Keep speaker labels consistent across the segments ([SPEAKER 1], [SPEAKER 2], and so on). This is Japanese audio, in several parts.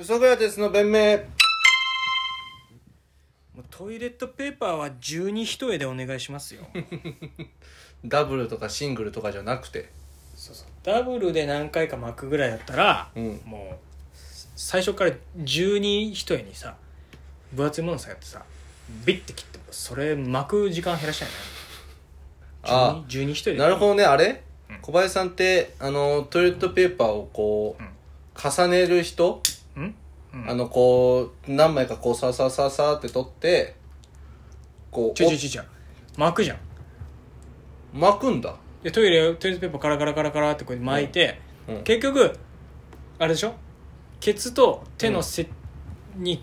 [SPEAKER 1] ソクラテスの弁明
[SPEAKER 2] もうトイレットペーパーは十二一重でお願いしますよ
[SPEAKER 1] ダブルとかシングルとかじゃなくて
[SPEAKER 2] そうそうダブルで何回か巻くぐらいだったら、
[SPEAKER 1] うん
[SPEAKER 2] もう最初から十二一重にさ分厚いものさやってさビッて切ってそれ巻く時間減らしたいね
[SPEAKER 1] あ
[SPEAKER 2] 十二一重で
[SPEAKER 1] なるほどねあれ、
[SPEAKER 2] うん
[SPEAKER 1] 小林さんってあのトイレットペーパーをこう、
[SPEAKER 2] うん
[SPEAKER 1] 重ねる人、
[SPEAKER 2] うん、うん、
[SPEAKER 1] あのこう何枚かこうささささって取ってこう
[SPEAKER 2] ちょちょちょちょ巻くじゃん
[SPEAKER 1] お巻くんだ
[SPEAKER 2] でトイレをトイレットペーパーカラカラカラカラってこうやって巻いて、
[SPEAKER 1] うんうん
[SPEAKER 2] 結局あれでしょケツと手のせ、に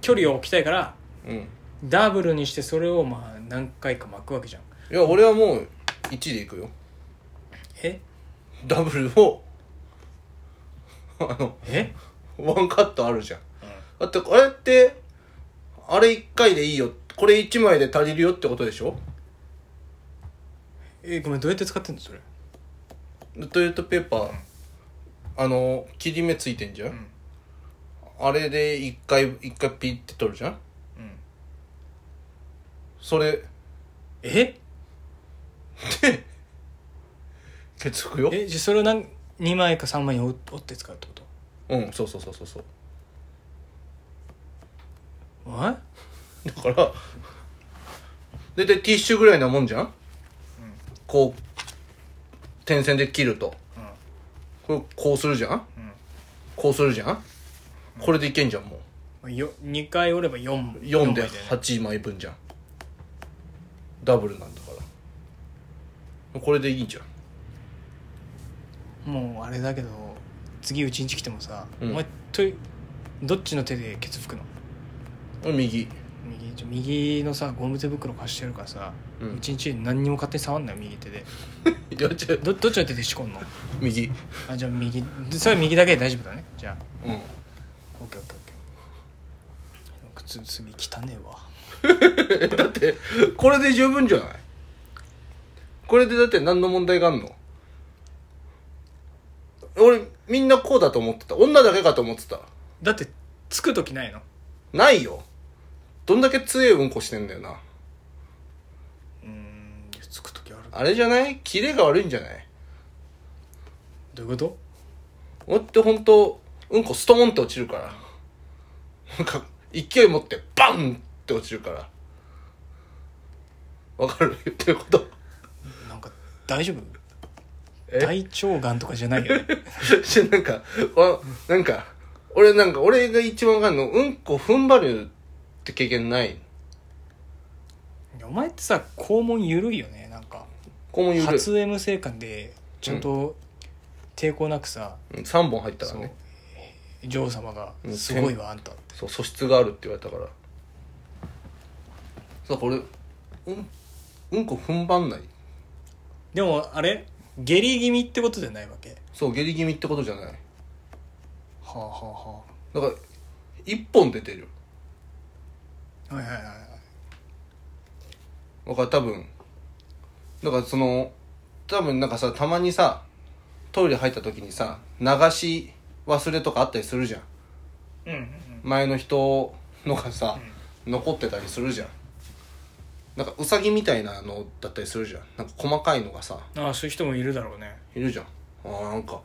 [SPEAKER 2] 距離を置きたいから
[SPEAKER 1] うんい
[SPEAKER 2] ダブルにしてそれをまあ何回か巻くわけじゃん
[SPEAKER 1] や俺はもう1でいくよ
[SPEAKER 2] え
[SPEAKER 1] ダブルをあの
[SPEAKER 2] え
[SPEAKER 1] ワンカットあるじゃん、だってあれってあれ1回でいいよこれ1枚で足りるよってことでしょ
[SPEAKER 2] えごめんどうやって使ってんのそれ
[SPEAKER 1] トイレットペーパー、あの切り目ついてんじゃん、
[SPEAKER 2] ん
[SPEAKER 1] あれで一回一回ピッて取るじゃん
[SPEAKER 2] うん
[SPEAKER 1] それ
[SPEAKER 2] え
[SPEAKER 1] ケツ拭くよ
[SPEAKER 2] えじゃあそれを何2枚か3枚に折折って使うってこと
[SPEAKER 1] うんそうそうそうそうそう
[SPEAKER 2] え
[SPEAKER 1] だから大体ティッシュぐらいなもんじゃん、こう点線で切ると、これこうするじゃん、こうするじゃんこれでいけんじゃんも
[SPEAKER 2] まあよ2回折れば4
[SPEAKER 1] う4で
[SPEAKER 2] 枚だよね
[SPEAKER 1] 8枚分じゃんダブルなんだからこれでいいじゃん
[SPEAKER 2] もうあれだけど次うちに来てもさ、
[SPEAKER 1] うん
[SPEAKER 2] お前トイどっちの手でケツ拭くの
[SPEAKER 1] 右
[SPEAKER 2] 右ちょ右のさゴム手袋貸してるからさ、
[SPEAKER 1] う
[SPEAKER 2] うんちんち何にも勝手に触んない右手で
[SPEAKER 1] いや違う
[SPEAKER 2] どどっちの手で仕込んの
[SPEAKER 1] 右
[SPEAKER 2] あじゃあ右それは右だけで大丈夫だねじゃあ
[SPEAKER 1] うん
[SPEAKER 2] オッケーオッケーオッケー靴次汚ねえわ
[SPEAKER 1] だってこれで十分じゃないこれでだって何の問題があんの俺みんなこうだと思ってた女だけかと思ってた
[SPEAKER 2] だってつく時ないの
[SPEAKER 1] ないよどんだけ強いうんこしてんだよな
[SPEAKER 2] うーんいやつく時ある
[SPEAKER 1] あれじゃないキレが悪いんじゃない
[SPEAKER 2] どういうこと
[SPEAKER 1] 俺って本当うんこストーンって落ちるからなんか勢い持ってバンって落ちるからわかる 言ってること
[SPEAKER 2] なんか大丈夫
[SPEAKER 1] え
[SPEAKER 2] 大腸がんとかじゃ ないよね
[SPEAKER 1] しなんか、わなんか、俺なんか、俺が一番わかんの、うんこ踏ん張るって経験ない。
[SPEAKER 2] いやお前ってさ肛門緩いよねなんか
[SPEAKER 1] ここもゆるい。
[SPEAKER 2] 初 M 性感でちゃんと抵抗なくさ、
[SPEAKER 1] 3本入ったから
[SPEAKER 2] そう
[SPEAKER 1] ね。
[SPEAKER 2] 女王様が
[SPEAKER 1] う
[SPEAKER 2] 「
[SPEAKER 1] ん
[SPEAKER 2] すごいわあんた」
[SPEAKER 1] そう、素質があるって言われたから。そう、これ、うん、うんこ踏ん張んない。
[SPEAKER 2] でもあれ下痢気味ってことじゃないわけ
[SPEAKER 1] そう、下痢気味ってことじゃない。
[SPEAKER 2] はあは
[SPEAKER 1] だから、1本出てる。
[SPEAKER 2] あはあはいはいはいはい
[SPEAKER 1] だから多分、だからその、多分なんかさ、たまにさ、トイレ入った時にさ、流し忘れとかあったりするじゃん。
[SPEAKER 2] うんうん
[SPEAKER 1] 前の人のがさ、残ってたりするじゃんなんかウサギみたいなのだったりするじゃんなんか細かいのがさ
[SPEAKER 2] ああそういう人もいるだろうね
[SPEAKER 1] いるじゃんあーなんか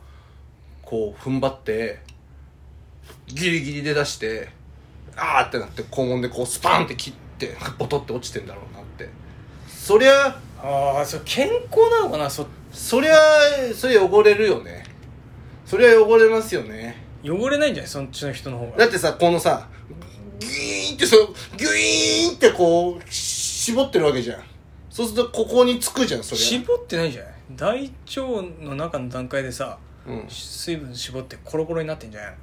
[SPEAKER 1] こう踏ん張ってギリギリで出してあーってなって肛門でこうスパンって切ってなんかボトって落ちてんだろうなってそりゃ
[SPEAKER 2] ああそれ健康なのかなそ
[SPEAKER 1] そりゃそれ汚れるよねそりゃ汚れますよね
[SPEAKER 2] 汚れないんじゃないそっちの人の方
[SPEAKER 1] だ
[SPEAKER 2] が
[SPEAKER 1] ってさこのさギューンってそのギュイーンってこうし絞ってるわけじゃんそうするとここにつくじゃんそれ、
[SPEAKER 2] 絞ってないんじゃない大腸の中の段階でさ
[SPEAKER 1] うん、
[SPEAKER 2] 水分絞ってコロコロになってんじゃない
[SPEAKER 1] あ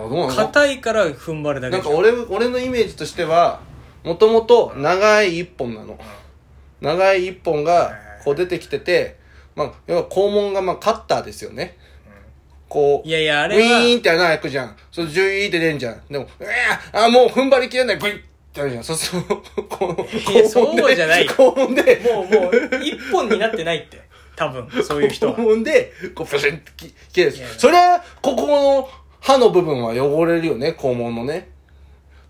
[SPEAKER 1] どうなの
[SPEAKER 2] の硬いから踏ん張るだけ
[SPEAKER 1] なん
[SPEAKER 2] でし
[SPEAKER 1] か
[SPEAKER 2] ょ
[SPEAKER 1] 俺俺のイメージとしてはもともと長い一本なの長い一本がこう出てきてて、まあ、要は肛門がまあカッターですよねこう
[SPEAKER 2] いやいやあれ
[SPEAKER 1] ウィーン
[SPEAKER 2] は
[SPEAKER 1] って穴開くじゃん。それジュイーって出んじゃん。でも、うわーあ、もう踏ん張りきれない、ブイッってなるじゃん。そうすると、 この、
[SPEAKER 2] いやそうじゃない
[SPEAKER 1] 肛門で、
[SPEAKER 2] もうもう一本になってないって多分そういう人は
[SPEAKER 1] 肛門で、こう、プシュンってき切れる
[SPEAKER 2] いやいや。
[SPEAKER 1] そりゃ、ここの歯の部分は汚れるよね肛門のね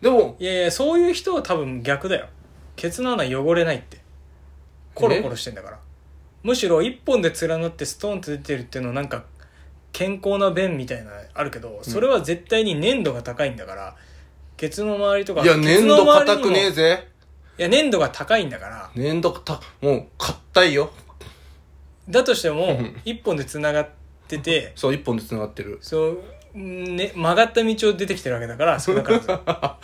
[SPEAKER 1] でも
[SPEAKER 2] いやいやそういう人は多分逆だよケツの穴汚れないってコロコロしてんだからむしろ一本で連なってストーンと出てるっていうのはなんか健康な便みたいなのあるけどそれは絶対に粘度が高いんだからケツの周りとか
[SPEAKER 1] いや
[SPEAKER 2] ケツ
[SPEAKER 1] 粘
[SPEAKER 2] の
[SPEAKER 1] 土
[SPEAKER 2] 周りにも
[SPEAKER 1] 硬くねえぜ
[SPEAKER 2] いや粘度が高いんだから
[SPEAKER 1] 粘土たもう硬いよ
[SPEAKER 2] だとしても一本でつながってて
[SPEAKER 1] そう一本で繋がってる
[SPEAKER 2] そう、ね、曲がった道を出てきてるわけだから少 なからず
[SPEAKER 1] あ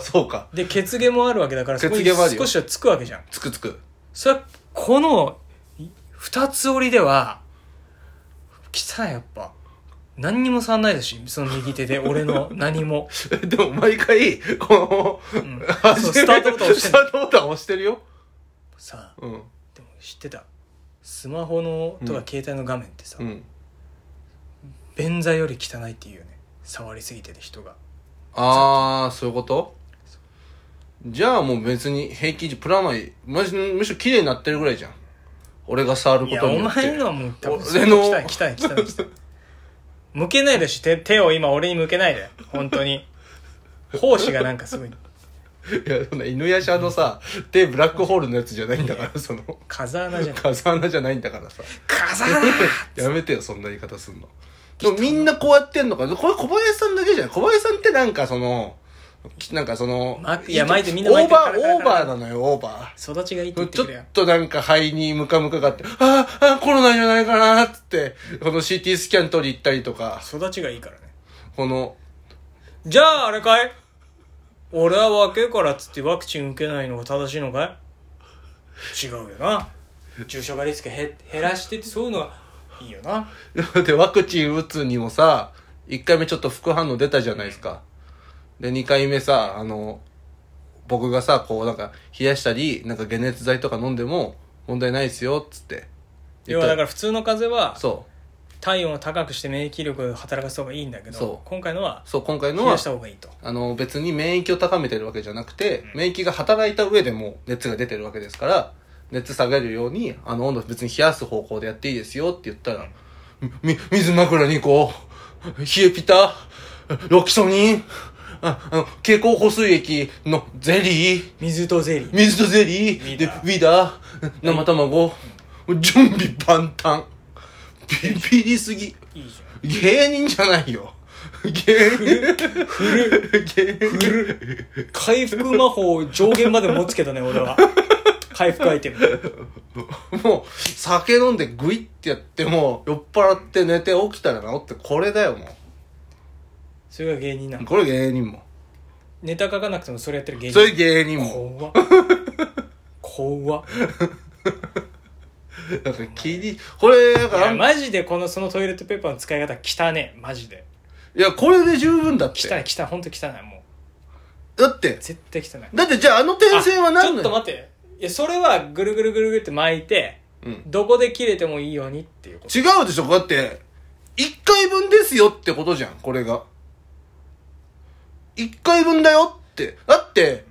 [SPEAKER 1] そうか
[SPEAKER 2] で血毛もあるわけだからそこに
[SPEAKER 1] 血毛もあるよ
[SPEAKER 2] 少しはつくわけじゃん
[SPEAKER 1] つくつく
[SPEAKER 2] それはこのい二つ折りでは汚いやっぱ何にも触んないだしその 右手で俺の何も
[SPEAKER 1] えでも毎回この、
[SPEAKER 2] そうスタートボタン押して
[SPEAKER 1] ス
[SPEAKER 2] んの
[SPEAKER 1] タートボタン押してるよ
[SPEAKER 2] さあ
[SPEAKER 1] うん
[SPEAKER 2] でも知ってたスマホのとか携帯の画面ってさ、
[SPEAKER 1] うん
[SPEAKER 2] 便座より汚いっていうよね触りすぎてて人が
[SPEAKER 1] ああそういうことじゃあもう別に平均値プラマイむしむしろ綺麗になってるぐらいじゃん俺が触る
[SPEAKER 2] い
[SPEAKER 1] こ
[SPEAKER 2] や
[SPEAKER 1] とに
[SPEAKER 2] お
[SPEAKER 1] よって
[SPEAKER 2] 前のはもう多分
[SPEAKER 1] 俺の
[SPEAKER 2] 汚い汚い汚い汚い向けないだし手手を今俺に向けないで本 当に胞子がなんかすごい
[SPEAKER 1] いやそんな犬やしゃのさ手ブラックホールのやつじゃないんだからその
[SPEAKER 2] 風穴じゃん
[SPEAKER 1] 風穴じゃないんだからさ
[SPEAKER 2] 風穴
[SPEAKER 1] やめてよそんな言い方すんのでもみんなこうやってんのかこれ小林さんだけじゃない小林さんってなんかそのきなんかその
[SPEAKER 2] まいや巻いてみんな巻いて
[SPEAKER 1] オーバ
[SPEAKER 2] カラカ
[SPEAKER 1] ー
[SPEAKER 2] ラ
[SPEAKER 1] オー
[SPEAKER 2] カ
[SPEAKER 1] バ
[SPEAKER 2] ラ
[SPEAKER 1] ーなのよオーバー
[SPEAKER 2] 育ちがいいって言って
[SPEAKER 1] ちょっ
[SPEAKER 2] くれよ
[SPEAKER 1] となんか肺にムカムカがあって、あーあー、コロナじゃないかなーっつって、この CT スキャン取り行ったりとか、
[SPEAKER 2] 育ちがいいからね
[SPEAKER 1] この、
[SPEAKER 2] じゃああれかい俺は若えからっつってワクチン受けないのが正しいのかい違うよな重症化リスク減減らしてってそういうのがいいよな
[SPEAKER 1] で、ワクチン打つにもさ、1回目ちょっと副反応出たじゃないですか。で、2回目さ、あの、僕がさ、こうなんか冷やしたり、なんか解熱剤とか飲んでも問題ないですよ、っつって。、
[SPEAKER 2] 要はだからら普通の風邪は
[SPEAKER 1] そ
[SPEAKER 2] 体温を高くして免疫力を働かせた方がいいんだけ
[SPEAKER 1] そ
[SPEAKER 2] ど
[SPEAKER 1] う
[SPEAKER 2] 今回のは
[SPEAKER 1] う、そう、今回
[SPEAKER 2] 冷
[SPEAKER 1] のは
[SPEAKER 2] やし、た方がいいと
[SPEAKER 1] あの、別に免疫を高めてるわけじゃなくて、免疫が働いた上でも熱が出てるわけですから、熱下げるように、あの、温度別に冷やす方向でやっていいですよって言ったら、み、水枕にこう、冷えピタ、ロキソニン、ああの、蛍光補水液のゼリー、
[SPEAKER 2] 水とゼリー
[SPEAKER 1] 水とゼリー、
[SPEAKER 2] ウィ
[SPEAKER 1] で、
[SPEAKER 2] ダー
[SPEAKER 1] ウィダー、生卵、準備万端。ビビりすぎ。
[SPEAKER 2] いいじゃ
[SPEAKER 1] 芸人じゃないよ。芸人。芸人。
[SPEAKER 2] ん回復魔法を上限まで持つけどね俺は回復アイテム
[SPEAKER 1] もう、酒飲んでグイってやっても、酔っ払って寝て起きたら治って、これだよ、も
[SPEAKER 2] それが芸人な
[SPEAKER 1] う。
[SPEAKER 2] の
[SPEAKER 1] これ芸人も。
[SPEAKER 2] ネタ書かなくてもそれやってる芸人
[SPEAKER 1] それ芸人も。
[SPEAKER 2] 怖っ怖っ
[SPEAKER 1] なんか気に、これ、だか
[SPEAKER 2] い
[SPEAKER 1] ら、
[SPEAKER 2] や
[SPEAKER 1] い
[SPEAKER 2] マジでこのそのトイレットペーパーの使い方汚ねえマジで
[SPEAKER 1] や、これで十分だっ
[SPEAKER 2] 汚い
[SPEAKER 1] て。
[SPEAKER 2] 汚いほんと汚いも
[SPEAKER 1] だって
[SPEAKER 2] う、絶対汚い
[SPEAKER 1] だってじゃああの点線は
[SPEAKER 2] あち
[SPEAKER 1] 何
[SPEAKER 2] ょっ
[SPEAKER 1] な
[SPEAKER 2] と
[SPEAKER 1] の
[SPEAKER 2] 待っていやそれはぐるぐるぐるぐるって巻いて
[SPEAKER 1] うん
[SPEAKER 2] どこで切れてもいいようにっていうこと
[SPEAKER 1] 違うでしょ、だって、一回分ですよってことじゃん、これが。一回分だよって。だって、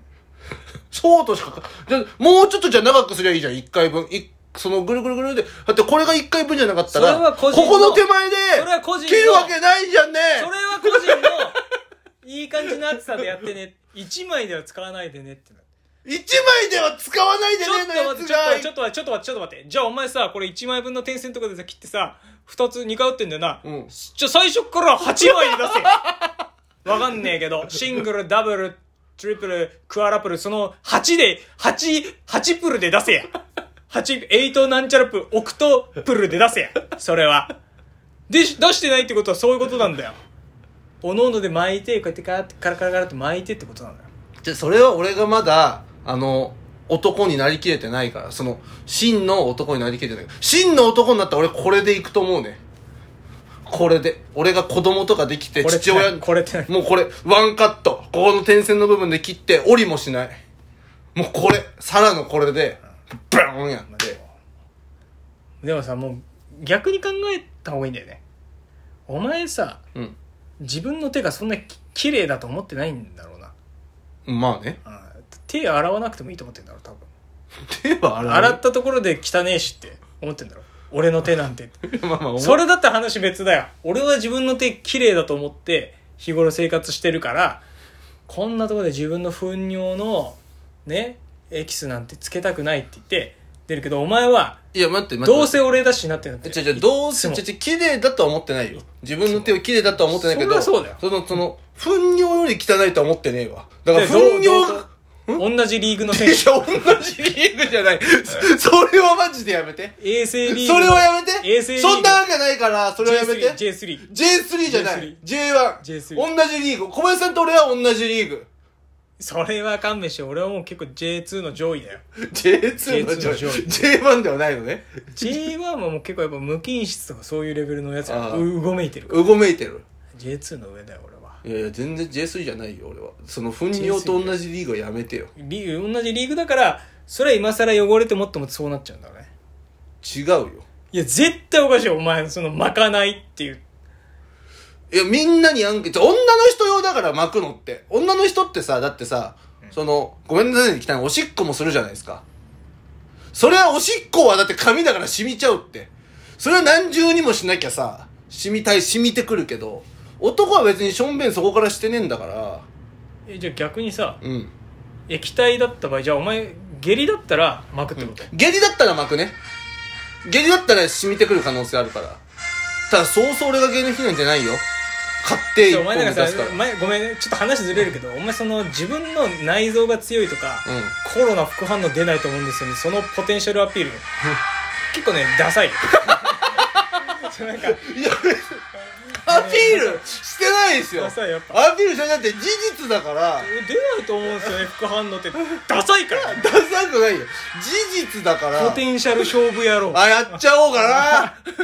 [SPEAKER 1] そうとしかか、じゃもうちょっとじゃあ長くすりゃいいじゃん、一回分。いそのぐるぐるぐるで。だってこれが一回分じゃなかったら、
[SPEAKER 2] それは個人の
[SPEAKER 1] ここの手前で
[SPEAKER 2] それは個人、の
[SPEAKER 1] 切るわけないじゃんね
[SPEAKER 2] それは個人のいい感じの厚さでやってね1枚 では使わないでねってな
[SPEAKER 1] 一枚では使わないで
[SPEAKER 2] ち
[SPEAKER 1] ね
[SPEAKER 2] ょっ
[SPEAKER 1] のや
[SPEAKER 2] と待っ
[SPEAKER 1] つ
[SPEAKER 2] て、ちょっと
[SPEAKER 1] が
[SPEAKER 2] 待って、ちょっと待って、ちょっと待って、ちょっと待って。じゃあお前さ、これ1枚分の点線とかでさ、切ってさ、2つ2回打ってんだよな。
[SPEAKER 1] うん
[SPEAKER 2] じゃあ最初から8枚に出せ。わかんねえけど、シングル、ダブル、トリプル、クアラプル、その8で、8、8プルで出せや。8、8なんちゃらプ、オクトプルで出せや。それは。で、出してないってことはそういうことなんだよ。おのおので巻いて、こうやってカラッカラカラカラって巻いてってことなんだよ。
[SPEAKER 1] じゃあそれは俺がまだ、あの、男になりきれてないから、その、真の男になりきれてない。真の男になったら俺これでいくと思うね。これで。俺が子供とかできて、
[SPEAKER 2] これって
[SPEAKER 1] 父親
[SPEAKER 2] 何、これって何
[SPEAKER 1] もうこれ、ワンカット。ここの点線の部分で切って、折りもしない。もうこれ、さらのこれで、ブーンやって。
[SPEAKER 2] でもさもう逆に考えた方がいいんだよねお前さ
[SPEAKER 1] うん。
[SPEAKER 2] 自分の手がそんなき綺麗だと思ってないんだろうな、
[SPEAKER 1] まあね。
[SPEAKER 2] うん手洗わなくてもいいと思ってんだろう多分
[SPEAKER 1] 手は洗う。
[SPEAKER 2] 洗ったところで汚ねえしって思ってんだろう俺の手なんて
[SPEAKER 1] まあまあ、
[SPEAKER 2] それだったら話別だよ俺は自分の手綺麗だと思って日頃生活してるからこんなところで自分の糞尿のねエキスなんてつけたくないって言って出るけどお前はい
[SPEAKER 1] や、待って、待って。
[SPEAKER 2] どうせ俺だしなってなって
[SPEAKER 1] え。じゃじゃどう
[SPEAKER 2] いつ
[SPEAKER 1] せ、
[SPEAKER 2] も
[SPEAKER 1] じゃじゃ綺麗だとは思ってないよ。自分の手を綺麗だとは思ってないけど、
[SPEAKER 2] そりゃそうだよ
[SPEAKER 1] その、その、糞尿より汚いとは思ってねえわ。だから、
[SPEAKER 2] でどう
[SPEAKER 1] 糞尿
[SPEAKER 2] どう
[SPEAKER 1] が、
[SPEAKER 2] 同じリーグの選
[SPEAKER 1] い
[SPEAKER 2] 手
[SPEAKER 1] や、同じリーグじゃ ない。そそれはマジでやめて。
[SPEAKER 2] 衛星 リーグ
[SPEAKER 1] それはやめ
[SPEAKER 2] 衛
[SPEAKER 1] て。
[SPEAKER 2] 星リーグ
[SPEAKER 1] そんなわけないから、それはやめて。
[SPEAKER 2] J3J3
[SPEAKER 1] J3 じゃない。J1。
[SPEAKER 2] J3
[SPEAKER 1] 同じリーグ。小林さんと俺は同じリーグ。
[SPEAKER 2] それは勘弁して俺はもう結構 J2 の上位だよ
[SPEAKER 1] J2 の上位。
[SPEAKER 2] J2 の上位
[SPEAKER 1] J1 ではないのね。
[SPEAKER 2] J1 はもう結構やっぱ無菌室とかそういうレベルのやつが
[SPEAKER 1] ああ
[SPEAKER 2] うごめいてるから
[SPEAKER 1] うごめいてる。
[SPEAKER 2] J2 の上だよ俺はい
[SPEAKER 1] やいや、全然 J3 じゃないよ、俺は。その、糞尿と同じリーグはやめてよ。
[SPEAKER 2] リーグ同じリーグだからそれは今更汚れてもっともそうなっちゃうんだよね
[SPEAKER 1] 違うよ。
[SPEAKER 2] いや絶対おかしいよお前のその巻かないっていう
[SPEAKER 1] いや、みんなにアンケート、女の人用だから巻くのって。女の人ってさ、だってさ、その、ごめんなさいね、汚い。おしっこもするじゃないですか。それはおしっこはだって髪だから染みちゃうって。それは何重にもしなきゃさ、染みたい、染みてくるけど、男は別にしょんべんそこからしてねえんだから、
[SPEAKER 2] えじゃあ逆にさ
[SPEAKER 1] うん。
[SPEAKER 2] 液体だった場合じゃあお前下痢だったら巻くってこと、
[SPEAKER 1] 下痢だったら巻くね。下痢だったら染みてくる可能性あるから。ただ、そうそう俺が下痢の日なんじゃないよ。買って一
[SPEAKER 2] お
[SPEAKER 1] 本
[SPEAKER 2] 前
[SPEAKER 1] 目
[SPEAKER 2] な
[SPEAKER 1] 出
[SPEAKER 2] んか
[SPEAKER 1] す
[SPEAKER 2] さ
[SPEAKER 1] から。うん。
[SPEAKER 2] 前ごめんねちょっと話ずれるけどお前その自分の内臓が強いとか、コロナ副反応出ないと思うんですよねそのポテンシャルアピー ル結構ねダサいよ そうなんか
[SPEAKER 1] いや、アピールしてないですよ。
[SPEAKER 2] ダサいやっぱ
[SPEAKER 1] アピールしてないって事実だから、
[SPEAKER 2] 出ないと思うんですよね副反応ってダ サいから
[SPEAKER 1] ダサくないよ。事実だから
[SPEAKER 2] ポ、テンシャル勝負野郎
[SPEAKER 1] あ、やっちゃおうかな。